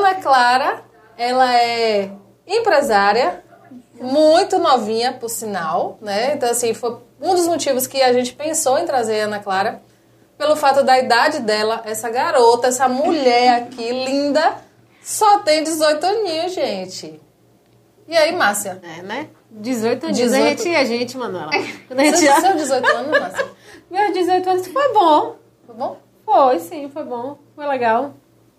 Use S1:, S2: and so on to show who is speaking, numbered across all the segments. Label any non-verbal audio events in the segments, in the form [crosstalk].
S1: Maria Clara, ela é empresária, muito novinha, por sinal, né? Então, assim, foi um dos motivos que a gente pensou em trazer a Ana Clara, pelo fato da idade dela, essa garota, essa mulher aqui, linda, só tem 18 aninhos, gente. E aí, Márcia?
S2: É, né? 18 anos.
S1: 18.
S2: A gente, a gente, Manuela. [laughs] Quando a
S1: Seus
S2: gente...
S1: seus 18 anos, Márcia?
S2: Meus 18 anos foi bom.
S1: Tá bom?
S2: Foi, sim, foi bom. Foi legal.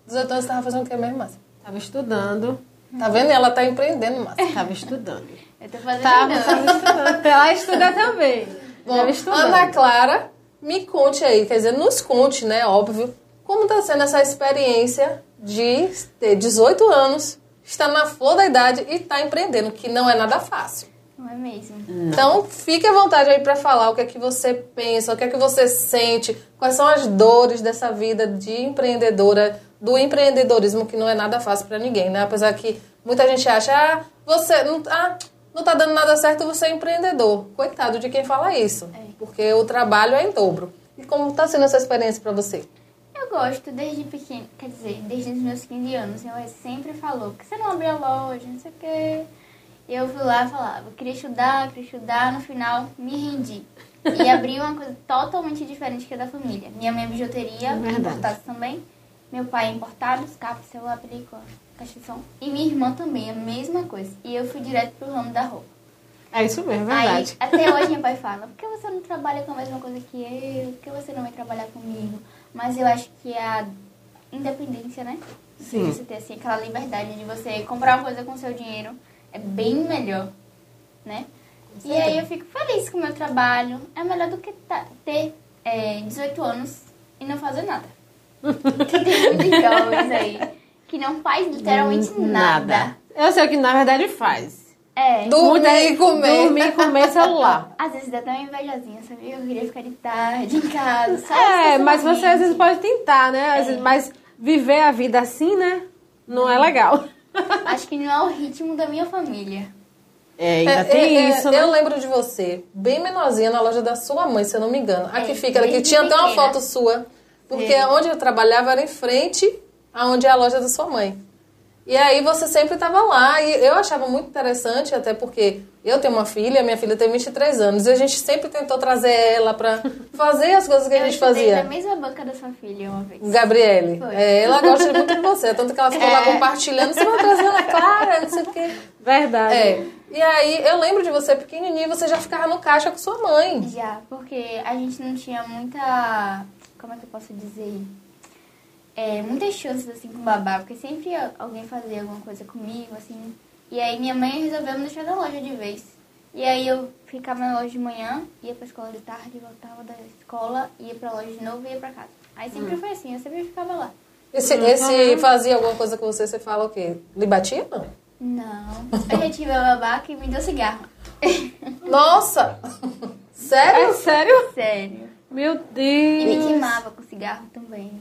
S1: 18 anos você tava fazendo o que mesmo, Márcia?
S2: Tava estudando.
S1: Tá vendo? Ela tá empreendendo, Márcia.
S2: Tava estudando.
S3: Eu tô fazendo
S2: Tava
S3: não.
S2: estudando. Ela estuda também.
S1: Bom,
S2: Tava estudando.
S1: Ana Clara, me conte aí, quer dizer, nos conte, né? Óbvio, como tá sendo essa experiência de ter 18 anos, estar na flor da idade e tá empreendendo, que não é nada fácil.
S3: Não é mesmo?
S1: Então, fique à vontade aí para falar o que é que você pensa, o que é que você sente, quais são as dores dessa vida de empreendedora, do empreendedorismo que não é nada fácil para ninguém, né? Apesar que muita gente acha, ah, você não, ah, não tá dando nada certo, você é empreendedor. Coitado de quem fala isso, porque o trabalho é em dobro. E como tá sendo essa experiência para você?
S3: Eu gosto desde pequeno, quer dizer, desde os meus 15 anos. Minha mãe sempre falou que você não abre a loja, não sei o quê. E eu fui lá e falava, queria estudar, queria estudar. No final, me rendi. [laughs] E abri uma coisa totalmente diferente que a da família. Minha mãe é bijuteria,
S2: Verdade.
S3: importados também. Meu pai é importado, capa, celular, película, caixa de som. E minha irmã também, a mesma coisa. E eu fui direto pro ramo da roupa.
S2: É isso mesmo, é verdade.
S3: Aí, até hoje meu pai fala, por que você não trabalha com a mesma coisa que eu? Por que você não vai trabalhar comigo? Mas eu acho que é a independência, né?
S2: Sim.
S3: Você ter assim, aquela liberdade de você comprar uma coisa com seu dinheiro é bem melhor, né? E aí eu fico feliz com o meu trabalho. É melhor do que ta- ter é, 18 anos e não
S2: [laughs]
S3: fazer nada. Que tem muitos jovens aí que não faz literalmente nada.
S2: Eu sei o que na verdade faz. Né?
S3: É.
S1: Dormir e comer.
S2: Dormir e comer é [laughs] celular.
S3: Às vezes dá até uma invejazinha, sabia? Eu queria ficar de tarde em casa. Só
S2: É,
S3: esse
S2: mas você às vezes
S3: momento.
S2: pode tentar, né? Às vezes, mas viver a vida assim, né? Não é legal.
S3: Acho que não é o ritmo da minha família.
S1: É,
S2: É,
S1: é, é,
S3: né?
S1: Eu lembro de você, bem menorzinha, na loja da sua mãe, se eu não me engano. A
S3: É,
S1: que fica, a que
S3: desde
S1: tinha até uma
S3: pequena. É.
S1: foto sua. Porque onde eu trabalhava era em frente aonde é a loja da sua mãe. E aí você sempre estava lá. E eu achava muito interessante, até porque eu tenho uma filha, minha filha tem 23 anos. E a gente sempre tentou trazer ela
S3: [laughs]
S1: pra fazer as coisas que a
S3: eu
S1: gente
S3: estudei
S1: fazia.
S3: na mesma banca da sua filha uma vez.
S1: Gabriele.
S3: Foi. É.
S1: É, ela gosta muito de você. Tanto que ela ficou lá compartilhando. Você vai trazer ela, Clara, não sei o quê.
S2: Verdade.
S1: É. E aí, eu lembro de você pequenininha, você já ficava no caixa com sua mãe.
S3: Já, porque a gente não tinha muita. Como é que eu posso dizer? É, muitas chances assim com o babá, porque sempre a- alguém fazia alguma coisa comigo, assim. E aí minha mãe resolveu me deixar na loja de vez. E aí eu ficava na loja de manhã, ia pra escola de tarde, voltava da escola, ia pra loja de novo e ia pra casa. Aí sempre foi assim, eu sempre ficava lá.
S1: Esse,
S3: Uhum.
S1: esse fazia alguma coisa com você, você fala o quê? Lhe batia, não?
S3: Não, [laughs] eu já tive a babá que me deu cigarro.
S1: Nossa! [laughs]
S2: É
S1: Sério?
S2: sério?
S3: [laughs] Sério.
S2: Meu
S3: E me
S2: Deus.
S3: queimava com cigarro também.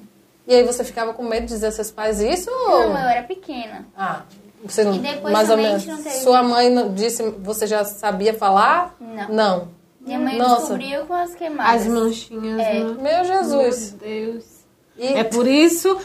S1: E aí você ficava com medo de dizer a seus pais isso? ou-
S3: Não, eu era pequena.
S1: Ah, você não.
S3: E depois
S1: mais ou
S3: também um a
S1: menos.
S3: gente não teve-
S1: Sua mãe não- disse, você já sabia falar?
S3: Não.
S1: Não.
S3: Minha mãe
S1: Nossa.
S3: descobriu com as queimadas.
S2: As manchinhas,
S3: É.
S2: né?
S1: Meu Jesus.
S2: Meu Deus.
S3: Uhum.
S1: E
S2: É por isso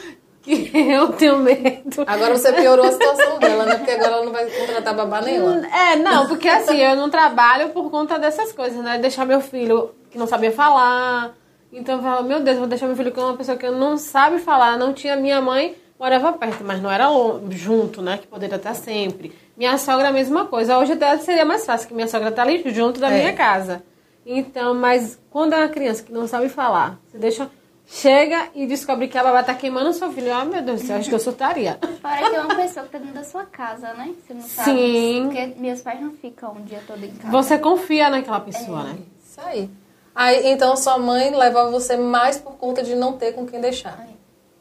S2: que [laughs] eu tenho medo.
S1: agora você piorou a situação dela, né? Porque agora ela não vai contratar babá nenhuma.
S2: É, não, porque assim, eu não trabalho por conta dessas coisas, né? Deixar meu filho que não sabia falar. Então eu falo, meu Deus, vou deixar meu filho com uma pessoa que não sabe falar. Não tinha minha mãe, morava perto, mas não era lo- junto, né? Que poderia estar sempre. Minha sogra, a mesma coisa. Hoje até seria mais fácil, que minha sogra tá ali junto da
S1: É.
S2: minha casa. Então, mas quando é uma criança que não sabe falar, você deixa. Chega e descobre que a babá tá queimando seu filho. Ah, meu Deus do céu, acho que eu soltaria.
S3: Fora que é uma pessoa que tá dentro da sua casa, né? Você não sabe.
S2: Sim.
S3: Porque meus pais não ficam o dia todo em casa.
S2: Você confia naquela pessoa, né?
S1: Isso aí. Aí, então, sua mãe levava você mais por conta de não ter com quem deixar.
S3: É.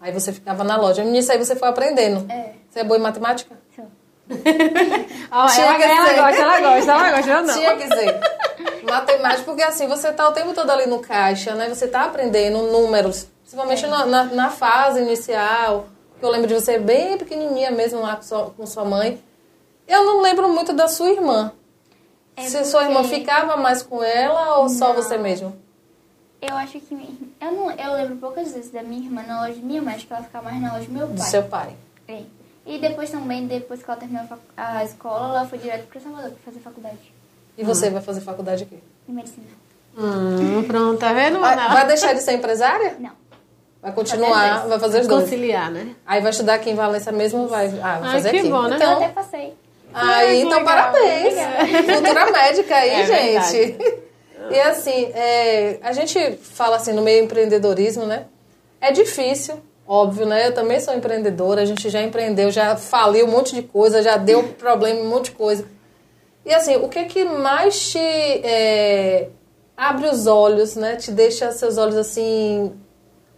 S1: Aí você ficava na loja. Nisso aí você foi aprendendo.
S3: É.
S1: Você é boa em matemática?
S3: Então,
S2: Ó,
S1: Tinha
S2: ela,
S1: que
S2: ela
S1: ser.
S2: gosta, ela gosta, ela gosta,
S3: Ah,
S2: eu não.
S1: Tinha que ser. [laughs] matemática, porque assim, você tá o tempo todo ali no caixa, né? Você tá aprendendo números,
S3: É.
S1: principalmente na, na, na fase inicial. Que eu lembro de você bem pequenininha mesmo lá com sua, com sua mãe. Eu não lembro muito da sua irmã.
S3: É
S1: Se sua irmã
S3: porque-
S1: ficava mais com ela ou só você mesmo?
S3: eu acho que. minha irmã- Eu, não, eu lembro poucas vezes da minha irmã na loja de minha mãe, acho que ela ficava mais na loja do meu pai.
S1: Do seu pai.
S3: É. E depois também, depois que ela terminou a fac- a escola, ela foi direto para Salvador para fazer faculdade
S1: E você vai fazer faculdade aqui?
S3: de medicina.
S2: Hum, pronto, tá vendo?
S1: Vai,
S2: Ana?
S1: Ah, vai deixar de ser empresária?
S3: Não.
S1: Vai continuar, vai fazer os dois.
S2: Conciliar, né?
S1: Aí vai estudar aqui em Valença mesmo, vai. Ah, vai
S2: Ai,
S1: fazer
S2: que
S1: aqui.
S2: bom, né?
S3: Eu
S1: Então,
S3: até passei.
S2: Ai,
S1: Aí,
S2: que
S1: então,
S2: legal.
S1: parabéns. Futura médica aí,
S2: [laughs] É
S1: gente. E assim, é, a gente fala assim no meio empreendedorismo, né? É difícil, óbvio, né? Eu também sou empreendedora, a gente já empreendeu, já faliu um monte de coisa, já deu problema em um monte de coisa. E assim, o que que mais te é, abre os olhos, né? Te deixa seus olhos assim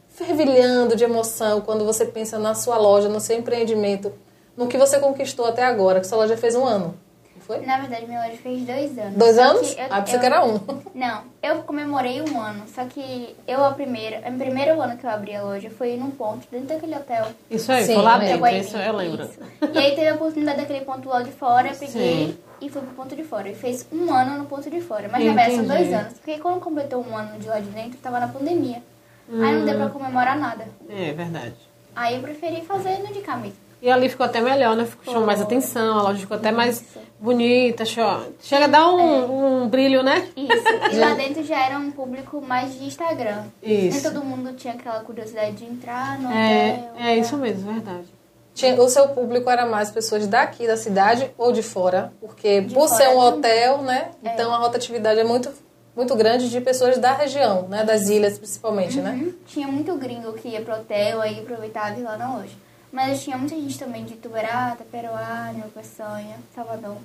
S1: fervilhando de emoção quando você pensa na sua loja, no seu empreendimento, no que você conquistou até agora, que sua loja fez um ano, não foi?
S3: Na verdade, minha loja fez dois anos.
S1: Dois
S3: Só
S1: anos?
S3: que é eu-
S1: ah, pensei
S3: eu-
S1: que era um.
S3: Não, eu comemorei um ano, só que eu a primeira, o primeiro ano que eu abri a loja foi num ponto dentro daquele hotel.
S2: Isso aí,
S1: Sim,
S2: foi lá
S1: né?
S2: dentro,
S3: Guaimê,
S2: isso É, eu lembro.
S3: isso. E aí teve a oportunidade daquele ponto lá de fora, eu peguei
S2: Sim.
S3: e fui pro ponto de fora. E fez um ano no ponto de fora, mas
S2: Entendi.
S3: na verdade são dois anos. Porque quando completou um ano de lá de dentro, tava na pandemia. Aí
S2: Hum.
S3: não deu pra comemorar nada.
S2: É verdade.
S3: Aí eu preferi fazer no de cá mesmo.
S2: E ali ficou até melhor, né? Ficou, chamou mais atenção, a loja ficou até mais bonita, cho- chega a dar um, um brilho, né?
S3: Isso. [laughs] E lá dentro já era um público mais de Instagram.
S2: Isso.
S3: Nem todo mundo tinha aquela curiosidade de entrar no hotel.
S2: É, é isso
S3: tá?
S2: mesmo, verdade.
S1: Tinha- O seu público era mais pessoas daqui da cidade ou de fora, porque
S3: De
S1: por
S3: fora é
S1: ser um
S3: também.
S1: hotel, né? Então a rotatividade é muito, muito grande de pessoas da região, né? Das ilhas principalmente, né?
S3: Uhum. Tinha muito gringo que ia pro hotel aí aproveitava e ir lá na loja. Mas tinha muita gente também de Tuberata, Peroá, Nova Peçanha, Salvador.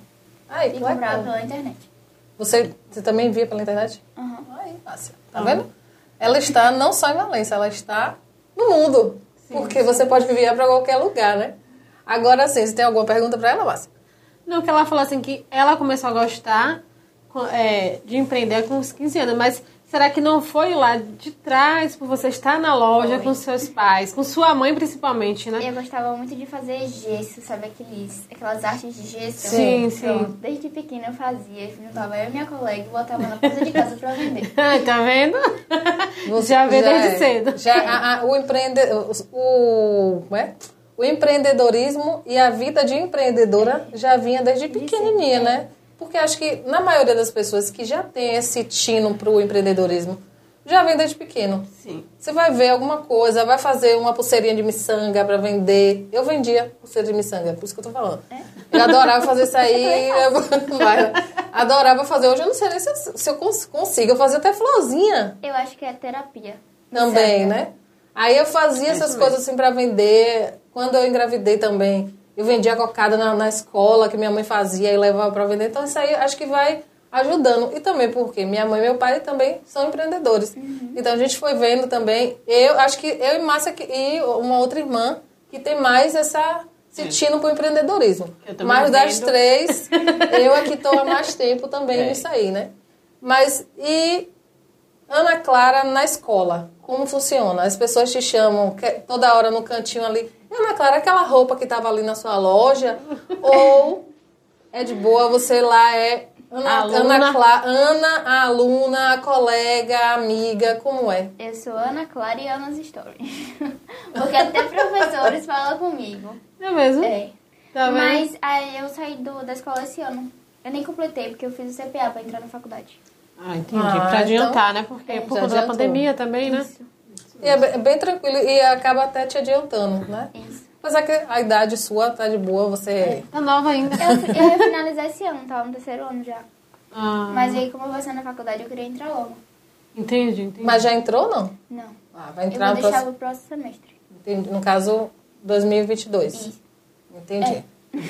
S1: Aí,
S3: E
S1: que legal.
S3: comprava pela internet.
S1: Você, você também via pela internet?
S3: Aham.
S1: Aí, Márcia, tá vendo? Ela está não só em Valência, ela está no mundo. porque você pode viajar para qualquer lugar, né? Agora sim, você tem alguma pergunta para ela, Márcia?
S2: Não, que ela falou assim que ela começou a gostar co- é, de empreender com os 15 anos, mas será que não foi lá de trás por você estar na loja com seus pais, com sua mãe principalmente, né?
S3: Eu gostava muito de fazer gesso, sabe? Aqueles, aquelas artes de gesso.
S2: Sim,
S3: Pronto,
S2: sim.
S3: Desde pequena eu fazia. Juntava eu e minha colega e botava na porta de casa
S1: [laughs]
S3: pra vender.
S2: Ai, [laughs] tá vendo? já vê desde
S1: é-
S2: cedo.
S1: Já a- a- o empreende o, como é? o empreendedorismo e a vida de empreendedora já vinha desde pequenininha, né? Porque acho que na maioria das pessoas que já tem esse tino para o empreendedorismo já vem desde pequeno.
S2: Sim.
S1: Você vai ver alguma coisa, vai fazer uma pulseirinha de miçanga pra vender. Eu vendia pulseira de miçanga, por isso que eu tô falando. Eu adorava fazer isso aí. eu- vai, adorava fazer. Hoje eu não sei nem se eu, se eu cons- consigo. Eu fazia até florzinha
S3: Eu acho que é terapia.
S1: também, né? Aí eu fazia essas coisas assim pra vender. Quando eu engravidei também, eu vendia cocada na, na escola que minha mãe fazia e levava pra vender. Então isso aí acho que vai ajudando. E também porque minha mãe e meu pai também são empreendedores. Então a gente foi vendo também. Eu acho que eu e Márcia que- e uma outra irmã que tem mais essa esse tino pro empreendedorismo.
S2: Eu também
S1: Mas das
S2: vendo. [laughs]
S1: três, eu aqui tô há mais tempo também
S2: É.
S1: nisso aí, né? Mas e Ana Clara na escola, como funciona? As pessoas te chamam que- toda hora no cantinho ali. Ana Clara, aquela roupa que tava ali na sua
S2: [laughs]
S1: loja? Ou é de boa, você lá é Ana,
S2: Aluna.
S1: Ana Clara, Ana, a aluna, a colega, a amiga, como é?
S3: Eu sou Ana Clara e Ana's Story. [laughs] Porque até professores falam comigo.
S2: Não é
S1: Hum?
S2: mesmo?
S3: É.
S2: Tá vendo?
S3: Mas aí eu saí do, da escola esse ano. Eu nem completei, porque eu fiz o CPA pra entrar na faculdade.
S2: Ah, entendi.
S1: Ah,
S2: pra adiantar, né?
S1: é,
S2: Porque por
S1: já
S2: conta da
S1: adiantou.
S2: pandemia também, né?
S1: E é bem, bem tranquilo e apela até te adiantando, né?
S3: Isso.
S1: Apesar que a idade sua tá de boa, você.
S2: Tá nova ainda.
S3: Eu, fui- eu ia finalizar esse ano, tava no terceiro ano já.
S2: Ah,
S3: Mas aí, como eu vou ser na faculdade, eu queria entrar logo.
S2: entendi, entendi.
S1: Mas já entrou não?
S3: Não.
S1: Ah, vai
S3: eu
S1: entrar
S3: vou
S1: no
S3: deixar
S1: próximo.
S3: pro próximo semestre.
S1: Entendi. No caso, 2022.
S3: Isso. É.
S1: Entendi. [laughs]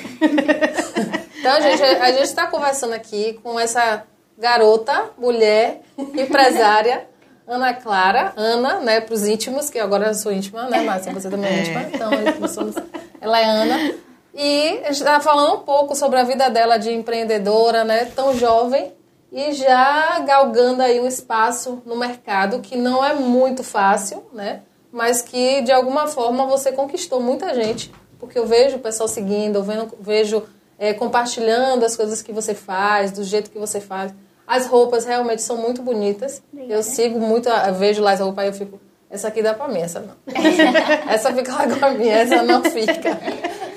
S1: então, gente, a gente está conversando aqui com essa garota, mulher, empresária, Ana Clara. Ana, né, para os íntimos, que agora eu sou íntima, né, Márcia? Você também é íntima. Então, nós somos- ela é Ana. E a gente tá falando um pouco sobre a vida dela de empreendedora, né, tão jovem. E já galgando aí um espaço no mercado que não é muito fácil, né? mas que de alguma forma você conquistou muita gente, porque eu vejo o pessoal seguindo, eu vendo- vejo eh, compartilhando as coisas que você faz, do jeito que você faz. As roupas realmente são muito bonitas. Eu sigo muito, eu vejo lá as roupas e eu fico, essa aqui dá pra mim, essa não. essa fica lá com a minha, essa não fica.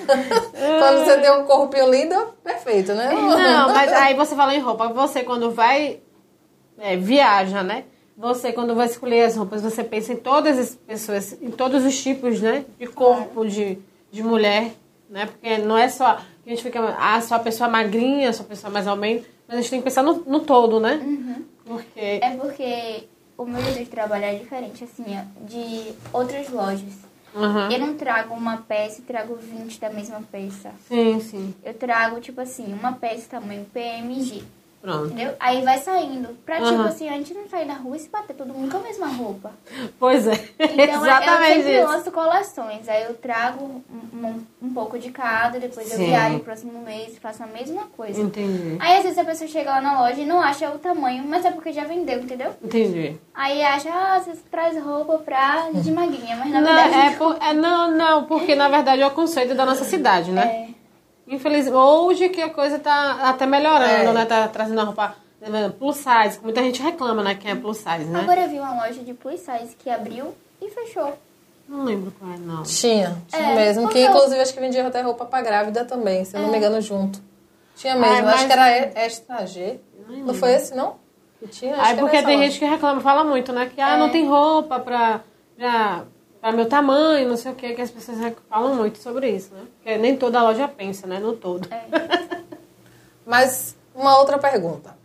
S1: Quando você tem um corpinho lindo, perfeito, né?
S2: É,
S3: [laughs]
S2: Não, mas aí você fala em roupa. Você quando vai. é, viaja, né? Você quando vai escolher as roupas, você pensa em todas as pessoas, em todos os tipos, né? De corpo, de, de mulher, né? Porque não é só. A gente fica. Ah, só a pessoa magrinha, só a pessoa mais ou menos. Mas a gente tem que pensar no, no todo, né? Porque.
S3: Uhum. É porque o meu jeito de trabalhar é diferente, assim, ó, de outras lojas.
S2: Aham.
S3: Eu não trago uma peça e trago 20 da mesma peça.
S2: Sim, sim.
S3: Eu trago, tipo assim, uma peça tamanho PMG.
S2: Pronto.
S3: Entendeu? Aí vai saindo. Pra, tipo
S2: Aham.
S3: assim, a gente não sair na rua e se bater todo mundo com a mesma roupa.
S2: Pois é.
S3: Então, eu
S2: [laughs] Exatamente
S3: sempre
S2: isso.
S3: lanço colações. Aí eu trago um, um- um pouco de cada, depois eu
S2: Sim.
S3: viajo no próximo mês e faço a mesma coisa.
S2: Entendi.
S3: Aí, às vezes, a pessoa chega lá na loja e não acha o tamanho, mas é porque já vendeu, entendeu?
S2: Entendi.
S3: Aí acha, ah, você traz roupa pra de maguinha, mas na
S2: É. Não,
S3: verdade... [laughs]
S2: é por- é, não, não, porque na verdade é o conceito da nossa cidade, né?
S3: é.
S2: Infelizmente, hoje que a coisa tá até melhorando,
S1: É.
S2: né? Tá trazendo a roupa né, plus size, que muita gente reclama, né? Quem é plus size, né?
S3: Agora eu vi uma loja de plus size que abriu e fechou.
S2: Não lembro qual é, não.
S1: Tinha, tinha
S3: É,
S1: mesmo. Que
S3: porque eu-
S1: inclusive acho que vendia até roupa pra grávida também, se eu não me engano, junto. Tinha mesmo,
S2: É. Ai, mas-
S1: acho que era e- extra G. Não foi esse, não? Que tinha, acho
S2: Aí
S1: que
S2: porque
S1: era
S2: tem
S1: essa
S2: gente que reclama, fala muito, né? Que ah, não tem roupa pra, pra, pra meu tamanho, não sei o que, que as pessoas rec- falam muito sobre isso, né? Porque nem toda loja pensa, né? No todo.
S1: Mas uma outra pergunta.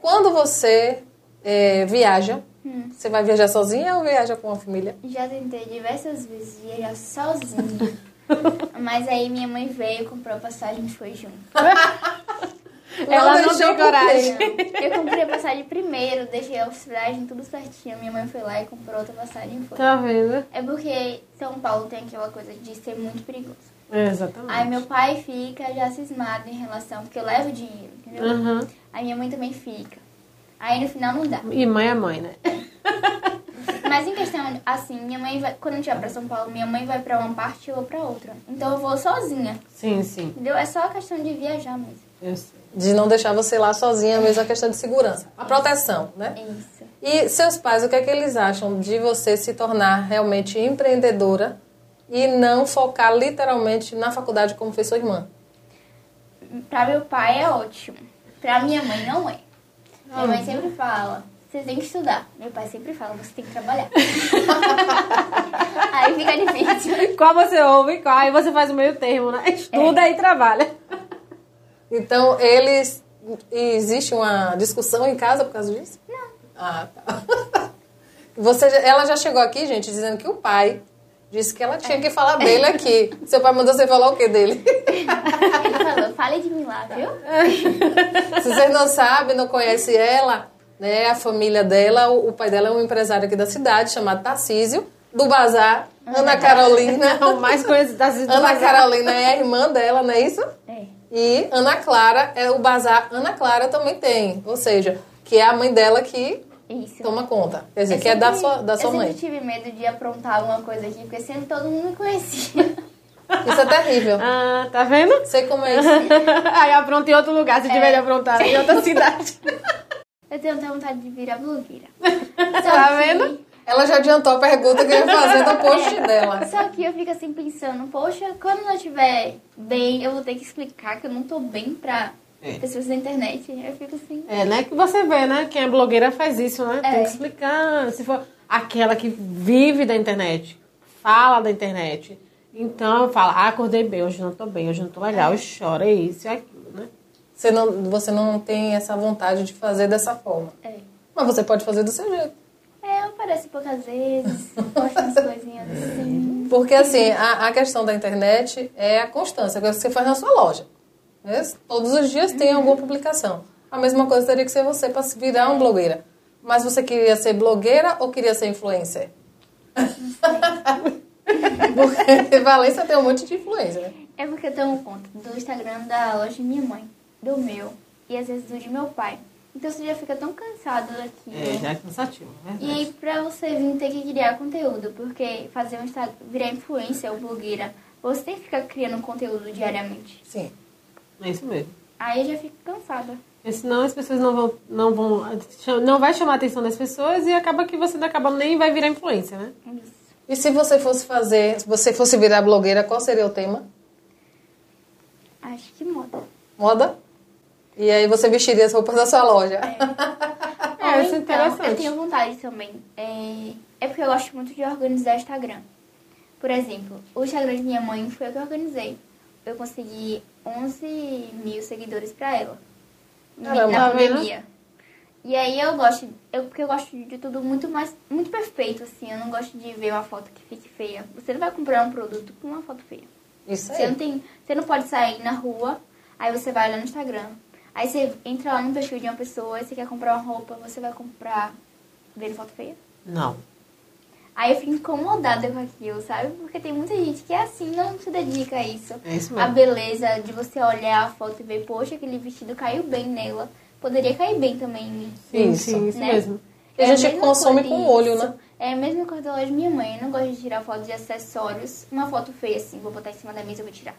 S1: Quando você eh, viaja,
S2: Hum.
S1: você vai viajar sozinha ou viaja com a família?
S3: Já tentei diversas vezes viajar sozinha.
S2: [laughs]
S3: mas aí minha mãe veio, comprou a passagem e foi junto.
S2: Ela não
S1: deixou
S2: tem
S1: por
S2: coragem.
S1: quê?
S3: Eu comprei a passagem primeiro, deixei a hospedagem tudo certinho. Minha mãe foi lá e comprou outra passagem e foi.
S2: Tá vendo?
S3: É porque São Paulo tem aquela coisa de ser muito perigoso.
S2: É, exatamente.
S3: Aí meu pai fica já cismado em relação, porque eu levo dinheiro, entendeu?
S2: Aham.
S3: Aí minha mãe também fica. Aí no final não dá.
S2: E mãe é mãe, né?
S3: Mas em questão, assim, minha mãe vai. Quando a gente vai pra São Paulo, minha mãe vai pra uma parte e eu vou pra outra. Então eu vou sozinha.
S2: Sim, sim.
S3: Entendeu? É só a questão de viajar mesmo.
S2: Eu sei.
S1: De não deixar você lá sozinha, mesmo a questão de segurança, a proteção, né?
S3: É isso.
S1: E seus pais, o que é que eles acham de você se tornar realmente empreendedora e não focar literalmente na faculdade como fez sua irmã?
S3: Pra meu pai é ótimo. Pra minha mãe não é. Minha mãe sempre fala, você tem que estudar. Meu pai sempre fala, você tem que trabalhar. [laughs] Aí fica difícil.
S2: Qual você ouve, qual aí você faz o meio termo, né? Estuda e trabalha. [laughs]
S1: Então, eles. e Existe uma discussão em casa por causa disso? Não. Ah, tá. [laughs] Você, já- ela já chegou aqui, gente, dizendo que o pai disse que ela tinha que falar dele aqui. Seu pai mandou você falar o que dele?
S3: Ele falou, fale de mim lá, viu?
S1: Se vocês não sabem, não conhecem ela, né? A família dela, o, o pai dela é um empresário aqui da cidade, chamado Tarcísio, do Bazar, Ana Carolina.
S2: Não, Então, mais coisas [laughs] das
S1: Ana Carolina é a irmã dela, não é isso?
S3: É.
S1: E Ana Clara, é o bazar Ana Clara também tem. Ou seja, que é a mãe dela que
S3: é Isso.
S1: toma conta. Quer dizer,
S3: Eu
S1: que é da
S3: sempre-
S1: sua, da sua mãe.
S3: Eu sempre tive medo de aprontar alguma coisa aqui, porque sempre todo mundo me conhecia.
S1: Isso é terrível.
S2: Ah, tá vendo? É.
S1: Sei como é isso.
S2: [laughs] Aí apronta em outro lugar, se tiver de aprontar em outra cidade.
S3: Eu tenho até vontade de virar [laughs] blogueira.
S2: Tá vendo?
S1: Ela já adiantou a pergunta que eu ia fazer do post dela.
S3: [laughs] Só que eu fico assim pensando, poxa, quando eu estiver bem, eu vou ter que explicar que eu não tô bem pra pessoas da internet. Eu fico assim.
S2: [laughs] É, né? Que você vê, né? Quem é blogueira faz isso, né? Tem
S3: É.
S2: que explicar. Se for aquela que vive da internet, fala da internet. Então fala, ah, acordei bem, hoje não tô bem, hoje não tô legal, hoje chora é isso e aquilo, né?
S1: Você não, você não tem essa vontade de fazer dessa forma.
S3: É.
S1: Mas você pode fazer do seu jeito.
S3: É, eu pareço poucas vezes, posto umas coisinhas
S2: É.
S3: assim.
S1: Porque, assim, a, a questão da internet é a constância, é o que você faz na sua loja. né? Todos os dias tem alguma publicação. A mesma coisa teria que ser você para se virar uma blogueira. Mas você queria ser blogueira ou queria ser influencer? [laughs] Porque em Valência tem um monte de influência, né?
S3: É porque eu tomo conta do Instagram da loja de minha mãe, do meu, e às vezes do de meu pai. Então você já fica tão cansado daqui.
S2: É, já é cansativo, né?
S3: E aí, pra você vir ter que criar conteúdo, porque fazer um Instagram, virar influencer ou blogueira, você tem que ficar criando conteúdo diariamente.
S1: Sim.
S2: É isso mesmo.
S3: Aí eu já fico cansada.
S2: Porque senão as pessoas não vão, não vão. Não vai chamar a atenção das pessoas e acaba que você acaba nem vai virar influência, né?
S3: Isso.
S1: E se você fosse fazer, se você fosse virar blogueira, qual seria o tema?
S3: acho que moda.
S1: Moda? E aí você vestiria as roupas da sua loja.
S2: É,
S3: Ou então,
S2: isso é interessante.
S3: Eu tenho vontade também. É, é porque eu gosto muito de organizar Instagram. Por exemplo, o Instagram de minha mãe foi eu que organizei. Eu consegui 11 mil seguidores pra ela. Na-
S1: Caramba,
S3: na
S2: tá vendo?
S3: pandemia. E aí eu gosto, eu, porque eu gosto de tudo muito mais, muito perfeito, assim. Eu não gosto de ver uma foto que fique feia. Você não vai comprar um produto com uma foto feia.
S1: [laughs] Isso
S3: Você não,
S1: aí.
S3: tem, você não pode sair na rua, aí você vai lá no Instagram. Aí você entra lá no perfil de uma pessoa, aí você quer comprar uma roupa, você vai comprar vendo foto feia.
S2: Não.
S3: Aí eu fico incomodada com aquilo, sabe? Porque tem muita gente que é assim, não se dedica a isso.
S2: É isso
S3: A
S2: mesmo.
S3: beleza de você olhar a foto e ver, poxa, aquele vestido caiu bem nela. Poderia cair bem também em mim.
S2: Sim,
S1: Isso.
S2: sim, isso
S3: Né?
S2: mesmo.
S1: E a gente
S3: mesma
S1: consome
S3: coisa
S1: com o olho,
S3: isso.
S1: né?
S3: É a mesma coisa da loja de minha mãe. Eu não gosto de tirar foto de acessórios. Uma foto feia assim, vou botar em cima da mesa e vou tirar.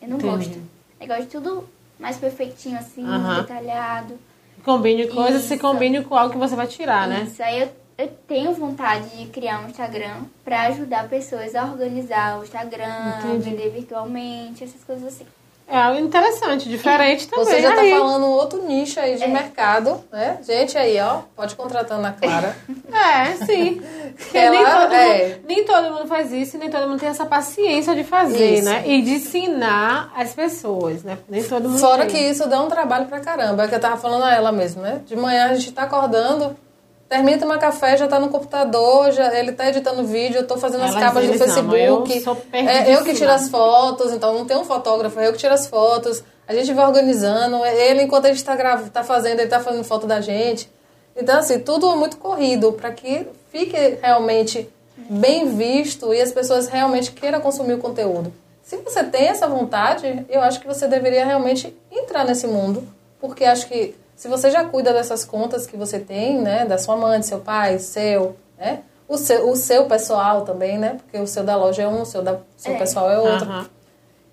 S3: Eu não
S2: Entendi.
S3: gosto. Eu gosto de tudo mais perfeitinho assim,
S2: Aham.
S3: detalhado.
S2: Combine coisas, se
S3: Isso.
S2: combine com algo que você vai
S1: Ah,
S2: tirar, né?
S3: Isso aí eu, eu tenho vontade de criar um Instagram pra ajudar pessoas a organizar o Instagram,
S2: Entendi.
S3: vender virtualmente, essas coisas assim.
S2: É algo interessante, diferente também.
S1: Você já tá
S2: aí. É.
S1: falando outro nicho aí de mercado, né? Gente aí, ó, pode contratando a
S2: [laughs]
S1: Clara.
S2: É,
S1: [laughs]
S2: sim. Porque
S1: Ela-
S2: nem, todo
S1: é.
S2: mundo, nem todo mundo faz isso, nem todo mundo tem essa paciência de fazer,
S1: Isso.
S2: né? E de ensinar as pessoas, né? Nem todo mundo
S1: Fora que
S2: tem.
S1: isso dá um trabalho pra caramba, é o que eu tava falando a ela mesmo, né? De manhã a gente tá acordando, termina de tomar café, já tá no computador, já, ele tá editando vídeo, eu tô fazendo as
S2: Elas,
S1: capas do
S2: eles amam,
S1: Facebook.
S2: eu sou
S1: é eu que tiro
S2: perdidíssima.
S1: as fotos, então não tem um fotógrafo, é eu que tiro as fotos, a gente vai organizando, é ele enquanto a gente tá, grava, tá fazendo, ele tá fazendo foto da gente. Então, assim, tudo é muito corrido pra que fique realmente bem visto e as pessoas realmente queiram consumir o conteúdo. Se você tem essa vontade, eu acho que você deveria realmente entrar nesse mundo, porque acho que se você já cuida dessas contas que você tem, né, da sua mãe, do seu pai, seu, né, o seu, o seu pessoal também, né, porque o seu da loja é um, o seu, da, seu
S3: É.
S1: pessoal é outro
S2: Aham.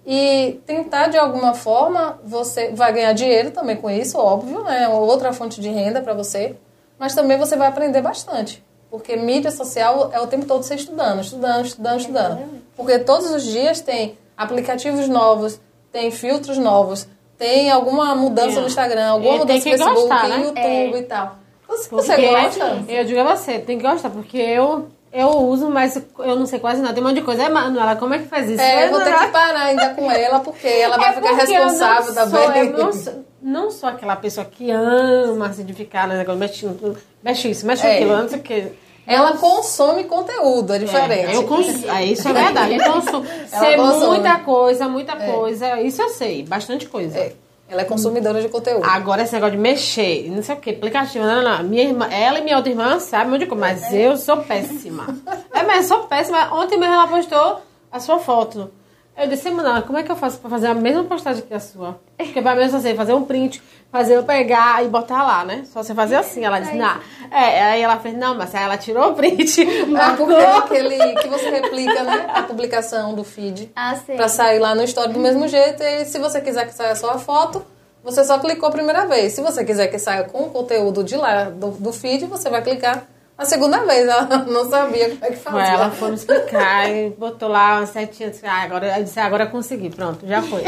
S1: e tentar de alguma forma você vai ganhar dinheiro também com isso, óbvio, né? Outra fonte de renda para você, mas também você vai aprender bastante, porque mídia social é o tempo todo você estudando, estudando, estudando, estudando.
S3: Exatamente.
S1: Porque todos os dias tem aplicativos novos, tem filtros novos, tem alguma mudança
S2: É.
S1: no Instagram, alguma
S2: E tem
S1: mudança no
S2: que
S1: Facebook,
S2: gostar, né?
S1: YouTube e tal. Então, se você
S2: Porque
S1: gosta,
S2: Eu digo a você, tem que gostar, porque eu, eu uso, mas eu não sei quase nada. Tem um monte de coisa. É, Manuela, como é que faz isso?
S1: é,
S2: Eu
S1: eu vou ter
S2: não-
S1: que parar ainda com ela, porque
S2: [laughs]
S1: ela vai
S2: É
S1: ficar
S2: porque eu não
S1: responsável
S2: sou-
S1: também.
S2: eu não, sou, não sou aquela pessoa que ama assim, de ficar né, mexendo, tudo, mexe isso, mexe
S1: É.
S2: aquilo, não sei o que.
S1: Ela consome conteúdo, é diferente.
S2: eu consigo. É, isso é verdade. Então, sou, ser
S1: consome.
S2: muita coisa, muita
S1: É.
S2: coisa. Isso eu sei, bastante coisa.
S1: É, ela é consumidora de conteúdo.
S2: Agora, esse negócio de mexer, não sei o que, aplicativo, não, não, não. Minha irmã, ela e minha outra irmã sabem um onde comer, mas eu sou péssima. É, mas eu sou péssima. Ontem mesmo ela postou a sua foto. Eu disse, Manuela, como é que eu faço pra fazer a mesma postagem que a sua? Porque pra mim eu só sei fazer um print, fazer eu pegar e botar lá, né? Só sei fazer assim. Ela disse, não. É, aí ela fez, não, mas aí ela tirou o print,
S1: Ah, porque
S2: marcou.
S1: é aquele que você replica, né? A publicação do feed.
S3: Ah, sei.
S1: Pra sair lá no story do mesmo jeito. E se você quiser que saia só a foto, você só clicou a primeira vez. Se você quiser que saia com o conteúdo de lá, do, do feed, você vai clicar a segunda vez. Ela [laughs] não sabia como é que
S2: Ué, ela
S1: fazia.
S2: foi me explicar e botou lá umas setinhas. Ah, agora, eu disse, ah, agora consegui. Pronto, já foi.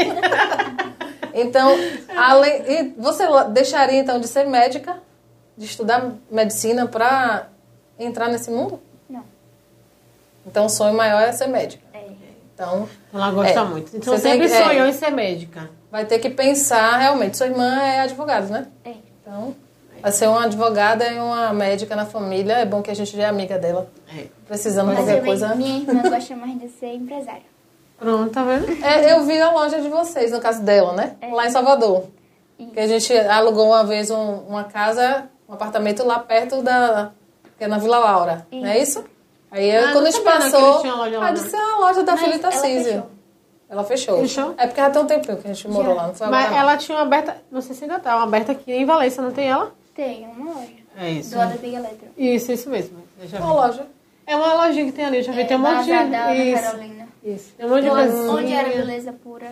S1: Então, além, e você la- deixaria então de ser médica, de estudar medicina pra entrar nesse mundo?
S3: Não.
S1: Então, o sonho maior é ser médica.
S3: É.
S1: Então,
S2: Ela gosta
S1: É.
S2: muito. Então
S1: Você
S2: sempre
S1: tem- é.
S2: sonhou em ser médica.
S1: vai ter que pensar realmente. Sua irmã é advogada, né?
S3: É.
S1: Então, vai ser uma advogada e uma médica na família. É bom que a gente já é amiga dela.
S2: É.
S1: Precisando de
S3: Mas
S1: qualquer
S3: também
S1: coisa.
S3: minha irmã gosta mais de ser empresária.
S2: Pronto, tá vendo?
S1: É, eu vi a loja de vocês, no caso dela, né?
S2: É.
S1: Lá em Salvador. Que a gente alugou uma vez um- uma casa, um apartamento lá perto da. que é na Vila Laura. Não é isso? Aí eu-
S2: Ah,
S1: quando
S2: não
S1: a gente
S2: sabia não que
S1: passou.
S2: eles tinham loja lá,
S1: Ah,
S2: não.
S1: disse, é a loja da
S3: Mas
S1: Felipe
S3: ela
S1: Assisi.
S3: fechou.
S1: Ela fechou.
S2: Fechou?
S1: É porque já tem um tempinho que a gente morou lá, não foi agora
S2: Mas
S1: não.
S2: ela tinha uma aberta, não sei se ainda tá, uma aberta aqui em Valência, não tem ela?
S3: Tem uma loja.
S2: É isso.
S3: Do lado da Big Eletro.
S2: Isso, isso mesmo. Eu já vi.
S1: Uma loja.
S2: É uma lojinha que tem ali, eu já vi. tem um monte de.
S3: Barra da Ana
S2: Isso.
S3: Carolina.
S2: isso. Tem um monte de
S3: Onde-
S2: coisinha.
S3: Onde era beleza pura?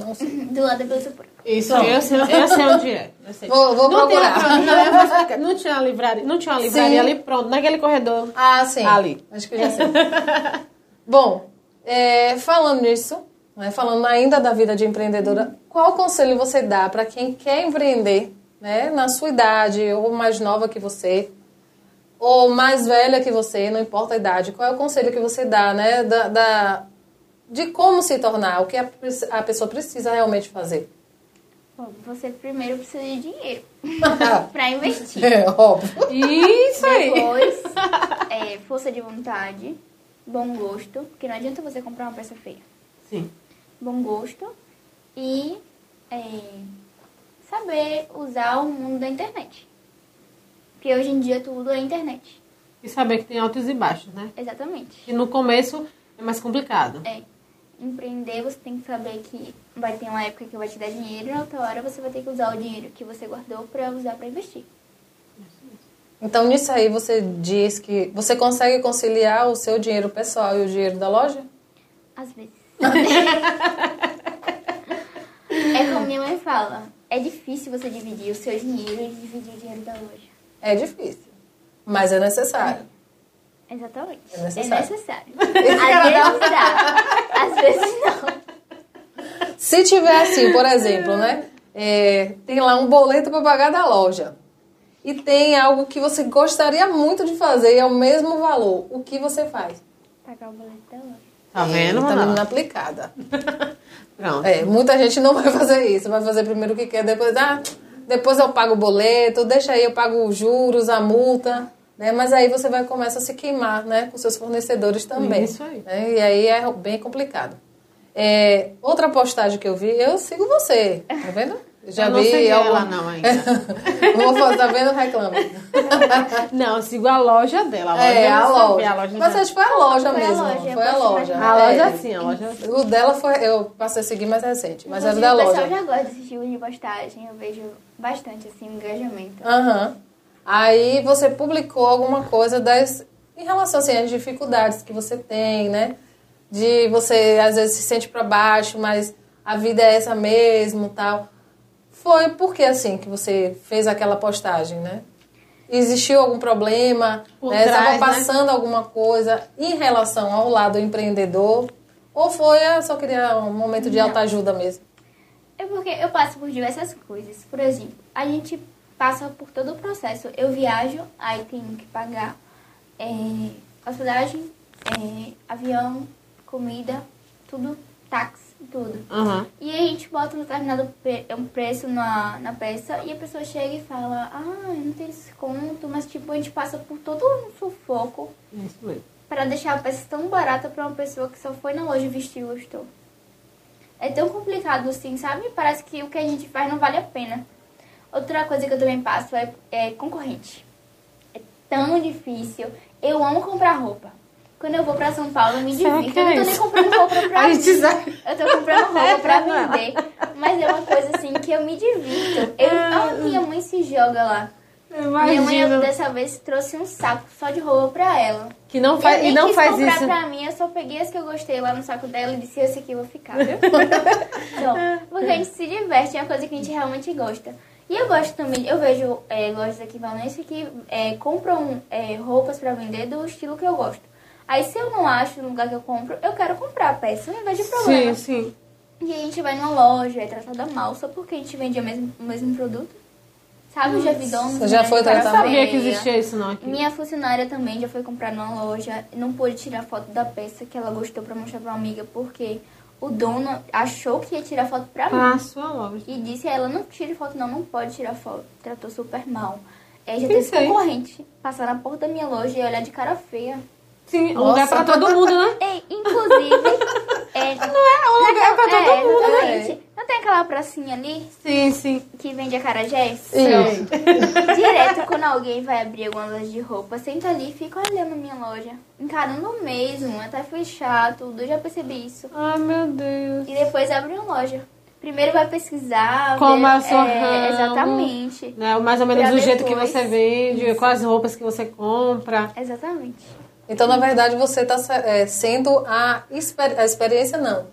S1: Não sei.
S3: [laughs] Do lado da beleza pura.
S2: Isso, eu sei, eu sei onde é. Eu sei.
S1: Vou- vou
S2: não tem
S1: procurar.
S2: a-
S1: [laughs]
S2: não, eu vou ficar- não tinha uma livraria, não tinha uma livraria
S1: Sim.
S2: ali, pronto, naquele corredor.
S1: Ah, sim.
S2: Ali.
S1: Acho que eu já sei. [laughs] Bom, É, falando nisso, né, falando ainda da vida de empreendedora, qual conselho você dá para quem quer empreender, né, na sua idade, ou mais nova que você, ou mais velha que você, não importa a idade, qual é o conselho que você dá, né, da, da- de como se tornar, o que a, a pessoa precisa realmente fazer?
S3: Bom, você primeiro precisa
S2: [laughs]
S3: de dinheiro pra investir.
S1: [laughs] é, óbvio.
S2: Isso aí. [laughs]
S3: Depois, é, força de vontade, bom gosto, porque não adianta você comprar uma peça feia.
S2: Sim.
S3: Bom gosto e é, saber usar o mundo da internet. Porque hoje em dia tudo é internet.
S2: E saber que tem altos e baixos, né?
S3: Exatamente.
S2: E no começo é mais complicado.
S3: É. Empreender, você tem que saber que vai ter uma época que vai te dar dinheiro e na outra hora você vai ter que usar o dinheiro que você guardou pra usar pra investir.
S1: Então, nisso aí, você diz que você consegue conciliar o seu dinheiro pessoal e o dinheiro da loja? [laughs]
S3: Às vezes. é como minha mãe fala. É difícil você dividir o seu dinheiro e dividir o dinheiro da loja.
S1: É difícil, mas é necessário.
S3: Exatamente.
S1: É necessário.
S3: É necessário.
S1: [laughs]
S3: Às vezes dá. Às vezes não.
S1: Se tiver assim, por exemplo, né? é, tem lá um boleto para pagar da loja. E tem algo que você gostaria muito de fazer e é o mesmo valor. O que você faz?
S3: Pagar o boleto da loja.
S2: Tá vendo,
S1: Tá
S2: Ronaldo?
S1: menina aplicada.
S2: Pronto.
S1: É, muita gente não vai fazer isso. Vai fazer primeiro o que quer, depois... Ah, depois eu pago o boleto, deixa aí, eu pago os juros, a multa. Né? Mas aí você vai começa a se queimar né? com seus fornecedores também.
S2: Isso aí.
S1: né? E aí é bem complicado. É, outra postagem que eu vi, eu sigo você, tá vendo? Já
S2: Eu não
S1: vi
S2: segui
S1: alguma- [laughs]
S2: ela não ainda.
S1: Vou fazer, tá vendo? Reclama.
S2: [laughs] não, eu sigo a loja dela. A loja
S1: É,
S2: eu
S1: a
S2: não sabia,
S1: loja.
S2: a loja
S1: Mas
S2: dela.
S1: acho que foi a loja
S3: Foi a
S1: mesmo.
S3: loja, eu
S1: Foi a
S3: gosto
S1: loja.
S3: mais.
S2: A
S1: É.
S2: loja sim, a loja
S1: O dela foi, eu passei a seguir mais recente, mas era
S3: Inclusive,
S1: da
S3: o pessoal
S1: loja.
S3: já gosta desse tipo de postagem. Eu vejo bastante, assim, engajamento.
S1: Aham. Aí você publicou alguma coisa das em relação assim, às dificuldades que você tem, né? De você às vezes se sente pra baixo, mas a vida é essa mesmo, tal. Foi porque assim que você fez aquela postagem, né? Existiu algum problema?
S2: Por
S1: né? Estava
S2: trás, né?
S1: passando alguma coisa em relação ao lado empreendedor? Ou foi, ah, só queria um momento de alta ajuda mesmo?
S3: É porque eu passo por diversas coisas. Por exemplo, a gente passa por todo o processo. Eu viajo, aí tenho que pagar é, hospedagem, é, avião, comida, tudo, táxi, tudo.
S2: Aham.
S3: E aí a gente bota um determinado pre- um preço na, na peça e a pessoa chega e fala, ah, eu não tenho desconto, mas tipo, a gente passa por todo um sufoco
S2: É Isso mesmo.
S3: para deixar a peça tão barata para uma pessoa que só foi na loja vestir e gostou. É tão complicado assim, sabe? Parece que o que a gente faz não vale a pena. Outra coisa que eu também passo é, é concorrente. É tão difícil. Eu amo comprar roupa. Quando eu vou pra São Paulo, eu me
S2: Será
S3: divirto.
S2: que
S3: Eu
S2: é
S3: não tô nem
S2: isso?
S3: comprando
S2: [laughs]
S3: roupa pra
S2: A gente
S3: mim.
S2: sabe.
S3: Eu tô comprando
S2: [laughs] É pra
S3: roupa pra
S2: ela.
S3: vender. Mas é uma coisa assim que eu me divirto. Eu,
S2: É.
S3: a minha mãe se joga lá. Minha mãe
S2: Imagina.
S3: dessa vez trouxe um saco só de roupa pra ela.
S2: Que não
S3: Eu
S2: faz,
S3: nem
S2: e não
S3: quis
S2: faz
S3: comprar
S2: isso.
S3: pra mim, eu só peguei as que eu gostei lá no saco dela e disse, esse aqui eu vou ficar,
S2: [laughs]
S3: viu? Então, porque a gente se diverte, é uma coisa que a gente realmente gosta. E eu gosto também, eu vejo é, lojas aqui em Valência que é, compram é, roupas pra vender do estilo que eu gosto. Aí se eu não acho no lugar que eu compro, eu quero comprar a peça, não vejo
S2: Sim,
S3: problema.
S2: sim.
S3: E aí a gente vai numa loja, é tratada mal, só porque a gente vende o mesmo, o mesmo produto. Sabe, eu já vi donos...
S1: Você já
S3: né,
S1: foi
S3: de cara
S2: Eu
S1: tratada mal?
S2: sabia que
S3: feia.
S2: existia isso não aqui.
S3: Minha funcionária também já foi comprar numa loja, não pôde tirar foto da peça que ela gostou pra mostrar pra uma amiga, porque o dono achou que ia tirar foto pra mim.
S2: Pra Ah, sua loja.
S3: E disse a ela, não tire foto não, não pode tirar foto. Tratou super mal. É, já
S2: Que
S3: teve
S2: isso aí?
S3: concorrente passar na porta da minha loja e olhar de cara feia.
S2: Sim, um
S1: Nossa.
S2: lugar pra todo mundo, né?
S3: É, inclusive... é,
S2: [laughs] É um lugar pra todo
S3: é,
S2: mundo, né?
S3: exatamente. Não tem aquela pracinha ali
S2: Sim, sim.
S3: que vende acarajé?
S1: Sim.
S3: Direto quando alguém vai abrir alguma loja de roupa, senta ali e fica olhando a minha loja. Encarando mesmo, até fechar tudo, eu já percebi isso.
S2: Ai, meu Deus.
S3: E depois abre uma loja. Primeiro vai pesquisar,
S2: Como é o
S3: ver,
S2: seu ramo.
S3: Exatamente.
S2: Né? Mais ou menos
S3: Pra
S2: do jeito que
S3: depois.
S2: você vende, quais roupas que você compra.
S3: Exatamente.
S1: Então, na verdade, você está sendo a, exper- a experiência, não.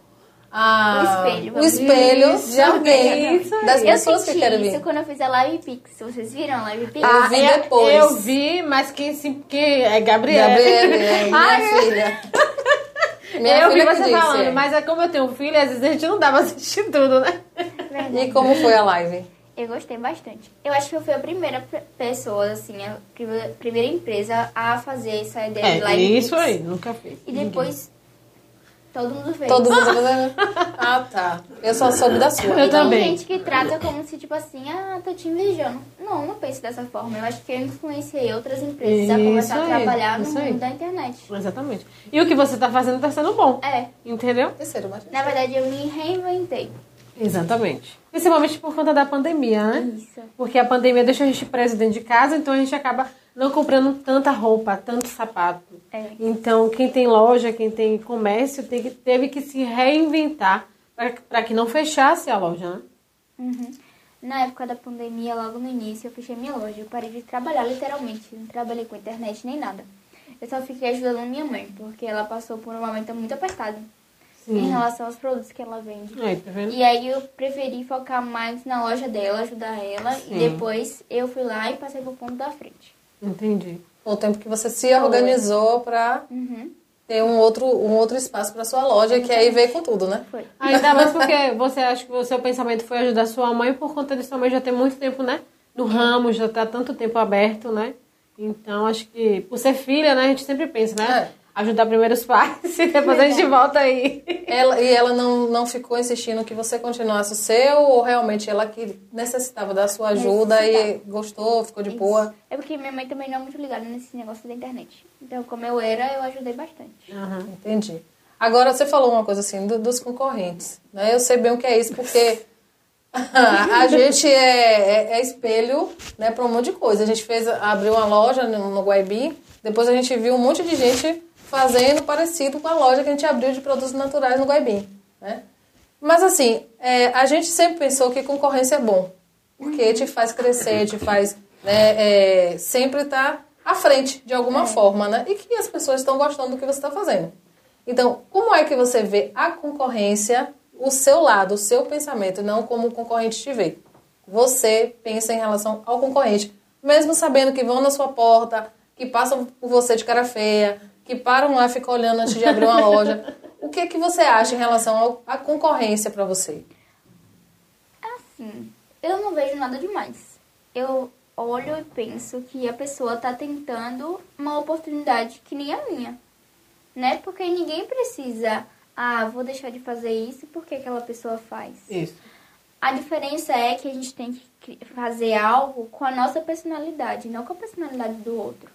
S1: A,
S3: O espelho,
S1: o espelho
S2: isso,
S1: de alguém,
S2: isso aí.
S1: das
S3: eu
S1: pessoas
S3: senti
S1: que querem
S3: isso
S1: vir.
S3: quando eu fiz a Live Pix. Vocês viram a Live Pix?
S1: Ah, Eu vi
S2: é-
S1: depois.
S2: Eu [laughs] vi, mas quem, se, quem é Gabriela.
S1: Gabriele, minha filha. Minha
S2: eu vi
S1: filha que
S2: você
S1: disse,
S2: falando,
S1: é.
S2: mas é como eu tenho um filho, às vezes a gente não dá pra assistir [laughs] tudo, né?
S3: É Verdade.
S1: E como foi a live?
S3: Eu gostei bastante. Eu acho que eu fui a primeira pe- pessoa, assim, a prime- primeira empresa a fazer essa ideia de
S2: É,
S3: live.
S2: isso
S3: mix.
S2: aí, nunca fiz.
S3: E depois todo mundo fez.
S1: Todo mundo
S2: [laughs]
S1: fazendo? Ah, tá. Eu só soube da sua.
S2: Eu
S3: E tem
S2: também.
S3: gente que trata como se, tipo assim, ah, tô te invejando. Não, não pense dessa forma. Eu acho que eu influenciei outras empresas a
S2: Isso
S3: começar
S2: aí,
S3: a trabalhar no
S2: isso aí.
S3: mundo da internet.
S2: Exatamente. E o que você tá fazendo tá sendo bom,
S3: É,
S2: entendeu?
S1: Terceiro, mas...
S3: na verdade eu me reinventei.
S2: Exatamente. Principalmente por conta da pandemia, né?
S1: Uhum.
S3: Isso.
S2: Porque a pandemia deixa a gente preso dentro de casa, então a gente acaba não comprando tanta roupa, tanto sapato.
S3: É.
S2: Então, quem tem loja, quem tem comércio, tem que- teve que se reinventar para que não fechasse a loja, né?
S3: Uhum. Na época da pandemia, logo no início, eu fechei minha loja. Eu parei de trabalhar, literalmente. Não trabalhei com internet nem nada. Eu só fiquei ajudando minha mãe, porque ela passou por um momento muito apertado em relação aos produtos que ela vende.
S2: Aí, tá vendo?
S3: E aí eu preferi focar mais na loja dela, ajudar ela.
S2: Sim.
S3: E depois eu fui lá e passei pro ponto da frente.
S2: Entendi.
S1: O tempo que você se organizou pra
S3: Uhum.
S1: ter um outro, um outro espaço pra sua
S2: Uhum.
S1: loja, que aí veio com tudo, né?
S3: Foi.
S2: Ainda mais porque você acha que o seu pensamento foi ajudar sua mãe por conta de sua mãe já ter muito tempo, né? No ramo, já tá tanto tempo aberto, né? Então, acho que por ser filha, né? A gente sempre pensa, né?
S1: É.
S2: Ajudar primeiro os pais [laughs] e depois a gente volta aí.
S1: Ela, e ela não, não ficou insistindo que você continuasse o seu, ou realmente ela que necessitava da sua ajuda e gostou, ficou de boa?
S3: É porque minha mãe também não é muito ligada nesse negócio da internet. Então, como eu era, eu ajudei bastante.
S1: Entendi. Agora, você falou uma coisa assim, do- dos concorrentes. Né? Eu sei bem o que é isso, porque [laughs] a gente é, é- é espelho né, para um monte de coisa. A gente fez, abriu uma loja no, no Guaibi, depois a gente viu um monte de gente fazendo parecido com a loja que a gente abriu de produtos naturais no Guaibi. Né? Mas assim, é, a gente sempre pensou que concorrência é bom. Porque te faz crescer, te faz né, é, sempre estar à frente de alguma forma, né? E que as pessoas estão gostando do que você está fazendo. Então, como é que você vê a concorrência, o seu lado, o seu pensamento, e não como o concorrente te vê? Você pensa em relação ao concorrente, mesmo sabendo que vão na sua porta, que passam por você de cara feia, que param lá e ficam olhando antes de abrir uma loja. O que é que você acha em relação ao- à concorrência para você?
S3: Assim, eu não vejo nada demais. Eu olho e penso que a pessoa tá tentando uma oportunidade que nem a minha. Né? Porque ninguém precisa, ah, vou deixar de fazer isso porque aquela pessoa faz.
S2: Isso.
S3: A diferença é que a gente tem que cri- fazer algo com a nossa personalidade, não com a personalidade do outro.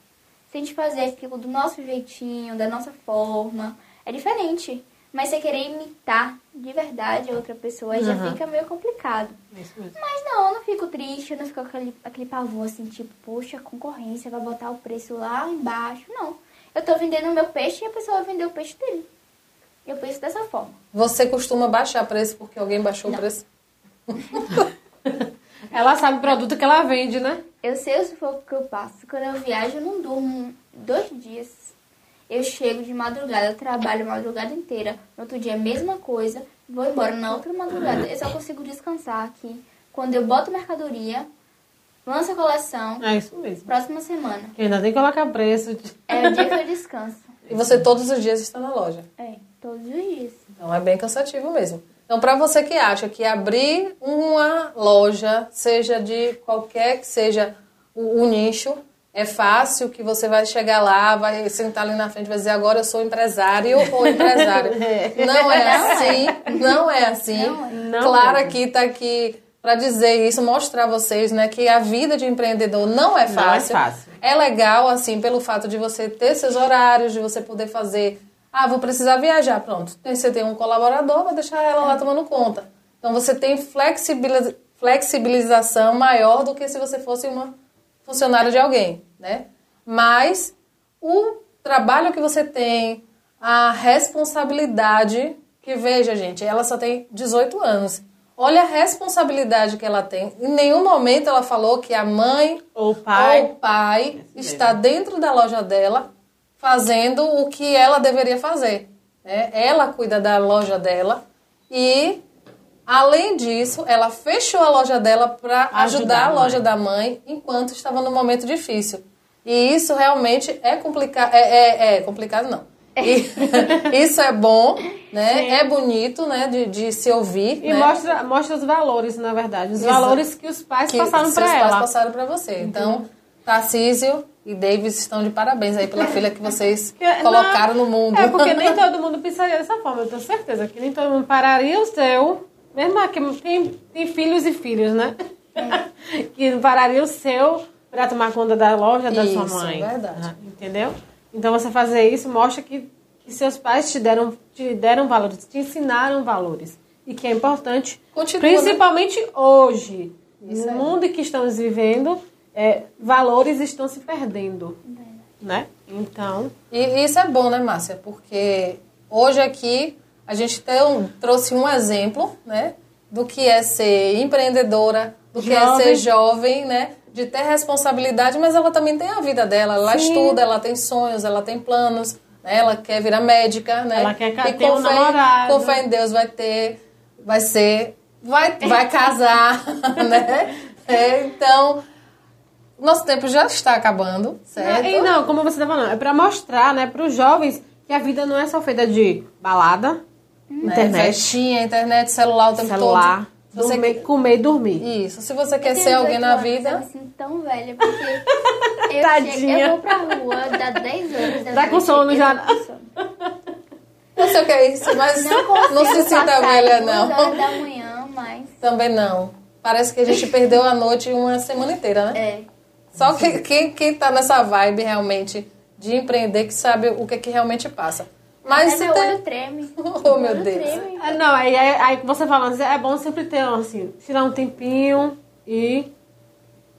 S3: Se a gente fazer aquilo do nosso jeitinho, da nossa forma, é diferente. Mas você querer imitar de verdade a outra pessoa aí já
S2: Uhum.
S3: fica meio complicado.
S2: Isso mesmo.
S3: Mas não, eu não fico triste, eu não fico com aquele, aquele pavor assim, tipo, poxa, concorrência, vai botar o preço lá embaixo. Não. Eu tô vendendo o meu peixe e a pessoa vai vender o peixe dele. Eu penso dessa forma.
S1: Você costuma baixar preço porque alguém baixou o preço?
S2: Ela sabe o produto que ela vende, né?
S3: Eu sei o sufoco que eu passo. Quando eu viajo, eu não durmo dois dias. Eu chego de madrugada, trabalho a madrugada inteira. No outro dia, a mesma coisa. Vou embora na outra madrugada. Eu só consigo descansar aqui. Quando eu boto mercadoria, lanço a coleção,
S2: É isso mesmo.
S3: próxima semana.
S2: E ainda tem que colocar preço.
S3: É o dia que eu descanso.
S1: E você todos os dias está na loja.
S3: É, todos os dias.
S1: Então é bem cansativo mesmo. Então, para você que acha que abrir uma loja, seja de qualquer que seja o, o nicho, é fácil, que você vai chegar lá, vai sentar ali na frente e vai dizer agora eu sou empresário ou empresário. Não é assim, não é assim.
S2: Não
S1: Clara
S2: mesmo.
S1: aqui está aqui para dizer isso, mostrar a vocês né, que a vida de empreendedor não é
S2: Não é
S1: fácil.
S2: fácil.
S1: É legal, assim, pelo fato de você ter seus horários, de você poder fazer. Ah, vou precisar viajar. Pronto. Aí Você tem um colaborador, vai deixar ela
S2: É.
S1: lá tomando conta. Então você tem flexibili- flexibilização maior do que se você fosse uma funcionária de alguém, né? Mas o trabalho que você tem, a responsabilidade, que veja, gente, ela só tem 18 anos. Olha a responsabilidade que ela tem. Em nenhum momento ela falou que a mãe
S2: Ou pai. É
S1: ou pai está dentro da loja dela fazendo o que ela deveria fazer. né? Ela cuida da loja dela e, além disso, ela fechou a loja dela para ajudar,
S2: Ajudar
S1: a
S2: a mãe.
S1: loja da mãe enquanto
S2: [laughs]
S1: estava num momento difícil. E isso realmente é complicado. É, é- é complicado, não. E- [laughs] isso é bom, né? É bonito, né? De, de se ouvir.
S2: E
S1: né?
S2: mostra, mostra os valores, na verdade. Os
S1: Exato.
S2: valores que os pais
S1: que
S2: passaram
S1: seus
S2: pra
S1: pais
S2: ela.
S1: passaram para você. Então, Tarcísio e Davis estão de parabéns aí
S2: [laughs]
S1: pela filha que vocês
S2: Que- não,
S1: colocaram no mundo.
S2: É, porque
S1: [laughs]
S2: nem todo mundo pensaria dessa forma, eu tenho certeza. Que nem todo mundo pararia o seu. Mesmo que tem, tem filhos e filhos, né?
S1: Uhum.
S2: [laughs] que não pararia o seu pra tomar conta da loja da sua
S1: Isso,
S2: mãe.
S1: verdade.
S2: Ah, Entendeu? Então você fazer isso mostra que, que seus pais te deram, te deram valores, te ensinaram valores. E que é importante,
S1: Continua, né?
S2: principalmente hoje.
S1: Isso
S2: no
S1: aí.
S2: mundo que estamos vivendo, é, valores estão se perdendo.
S1: É.
S2: Né? Então.
S1: E isso é bom, né, Márcia? Porque hoje aqui a gente tem um- trouxe um exemplo, né? Do que é ser empreendedora, do que é
S2: Jovem.
S1: ser jovem, né? De ter responsabilidade, mas ela também tem a vida dela. Ela
S2: Sim.
S1: estuda, ela tem sonhos, ela tem planos, né? ela quer virar médica, né?
S2: Ela quer ca-
S1: E
S2: ter um
S1: com fé-
S2: namorado.
S1: Com fé em Deus vai ter, vai ser, vai,
S2: [laughs]
S1: vai casar, [laughs] né? É, então, nosso tempo já está acabando, certo?
S2: Não, e não, como você tá falando, é pra mostrar, né, pros jovens que a vida não é só feita de balada,
S1: né?
S2: internet,
S1: Festinha, internet, celular o tempo
S2: celular,
S1: Né, tá todo. Se Você
S2: dormir, comer e dormir.
S1: Isso. Se você quer
S3: um
S1: ser alguém na
S3: Eu me
S1: vida,
S3: sinto tão velha, porque eu,
S2: Tadinha.
S3: chego, eu vou pra rua, dá 10 horas
S1: É,
S3: da
S2: Tá
S3: noite,
S2: com sono
S3: eu
S2: já.
S3: tô com sono.
S1: você quer isso, mas
S3: Não
S1: não,
S3: consigo
S1: se sinta
S3: passar
S1: velha,
S3: duas horas
S1: não.
S3: da manhã, mas...
S1: Também não. Parece que a gente perdeu a noite uma semana inteira, né?
S3: É,
S1: Só que, quem, quem tá nessa vibe realmente de empreender que sabe o que, que realmente passa. Mas
S3: mas
S1: se
S3: É meu olho
S1: tem...
S3: treme.
S1: [laughs] Oh, meu
S3: olho
S1: Deus.
S3: treme.
S2: Ah, [laughs] Não, aí, aí, aí você falando, é bom sempre ter, assim, tirar um tempinho e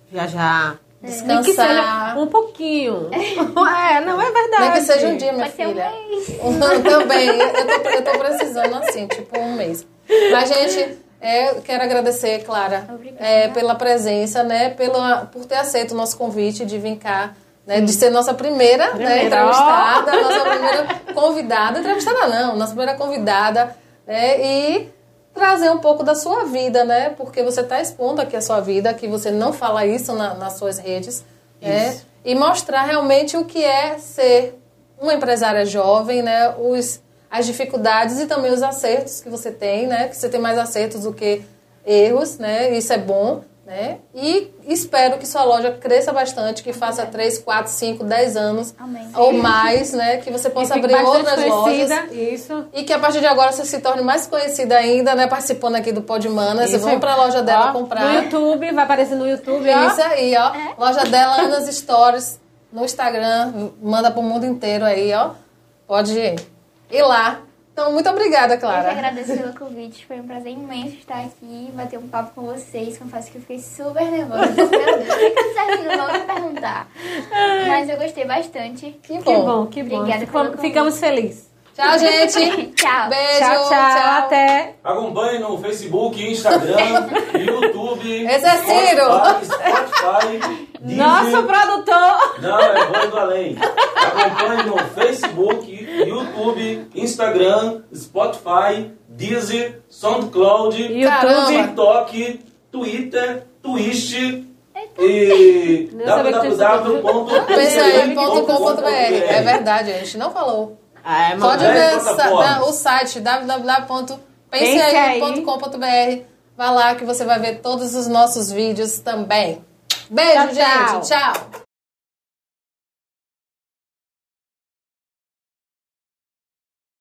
S2: viajar. Nem que seja
S1: Descansar.
S2: um pouquinho. [laughs] é, não é verdade.
S1: Nem que seja um dia, minha
S3: Pode ser um
S1: filha.
S3: mês.
S1: [laughs] Também, eu tô, eu tô precisando assim, tipo um mês. Mas, gente, é, eu quero agradecer, Clara,
S3: Obrigada.
S1: é, pela presença, né? Pela, por ter aceito o nosso convite de vir cá, né? De ser nossa primeira, né,
S2: Primeira,
S1: entrevistada, nossa primeira convidada, entrevistada não, nossa primeira convidada, né? E trazer um pouco da sua vida, né? Porque você está expondo aqui a sua vida, que você não fala isso na- nas suas redes, né? E mostrar realmente o que é ser uma empresária jovem, né? Os, as dificuldades e também os acertos que você tem, né? Que você tem mais acertos do que erros, né? Isso é bom, né? E espero que sua loja cresça bastante, que faça 3, 4, 5, 10 anos
S3: Amém.
S1: ou mais, né? Que você
S2: E
S1: possa
S2: fique
S1: abrir
S2: bastante
S1: outras lojas.
S2: conhecida, Isso.
S1: E que a partir de agora você se torne mais conhecida ainda, né? Participando aqui do Pod Manas.
S2: Isso.
S1: Vão pra loja dela
S2: Ó, No
S1: comprar.
S2: YouTube, vai aparecer no YouTube, ó.
S1: Isso aí, ó.
S3: É.
S1: Loja dela, Anas Stories, no Instagram. Manda pro mundo inteiro aí, ó. Pode ir lá. Então, muito obrigada,
S3: Eu que
S1: Clara.
S3: agradeço pelo convite, foi um prazer imenso estar aqui, bater um papo com vocês. Confesso que eu fiquei super nervosa. Meu Deus, o que que essa menina vai me perguntar? Mas eu gostei bastante.
S1: Que
S2: Que bom, que bom.
S3: Obrigada
S2: Ficou-
S3: pelo convite.
S2: Ficamos felizes.
S1: Tchau,
S2: [laughs]
S1: gente.
S3: [laughs] Tchau.
S1: Beijo.
S2: tchau, tchau. Até.
S4: Acompanhe no Facebook, Instagram, YouTube.
S1: Esse é Ciro.
S4: Spotify, Spotify. Deezer.
S2: Nosso produtor!
S4: Não, é bom do além. Acompanhe no Facebook, YouTube, Instagram, Spotify, Deezer, SoundCloud,
S2: Caramba.
S4: TikTok, Twitter, Twitch e
S2: Não sabia que tinha esse
S1: Pensaí.com.br. É
S4: www.pensaí.com.br.
S1: verdade, a gente não falou.
S2: Ah, é, mano.
S1: Pode
S4: Dez
S1: ver essa-
S4: plataformas.
S1: na- o site www.penseaí.com.br. Vai lá que você vai ver todos os nossos vídeos também. Beijo,
S2: Tchau, tchau.
S1: gente. Tchau.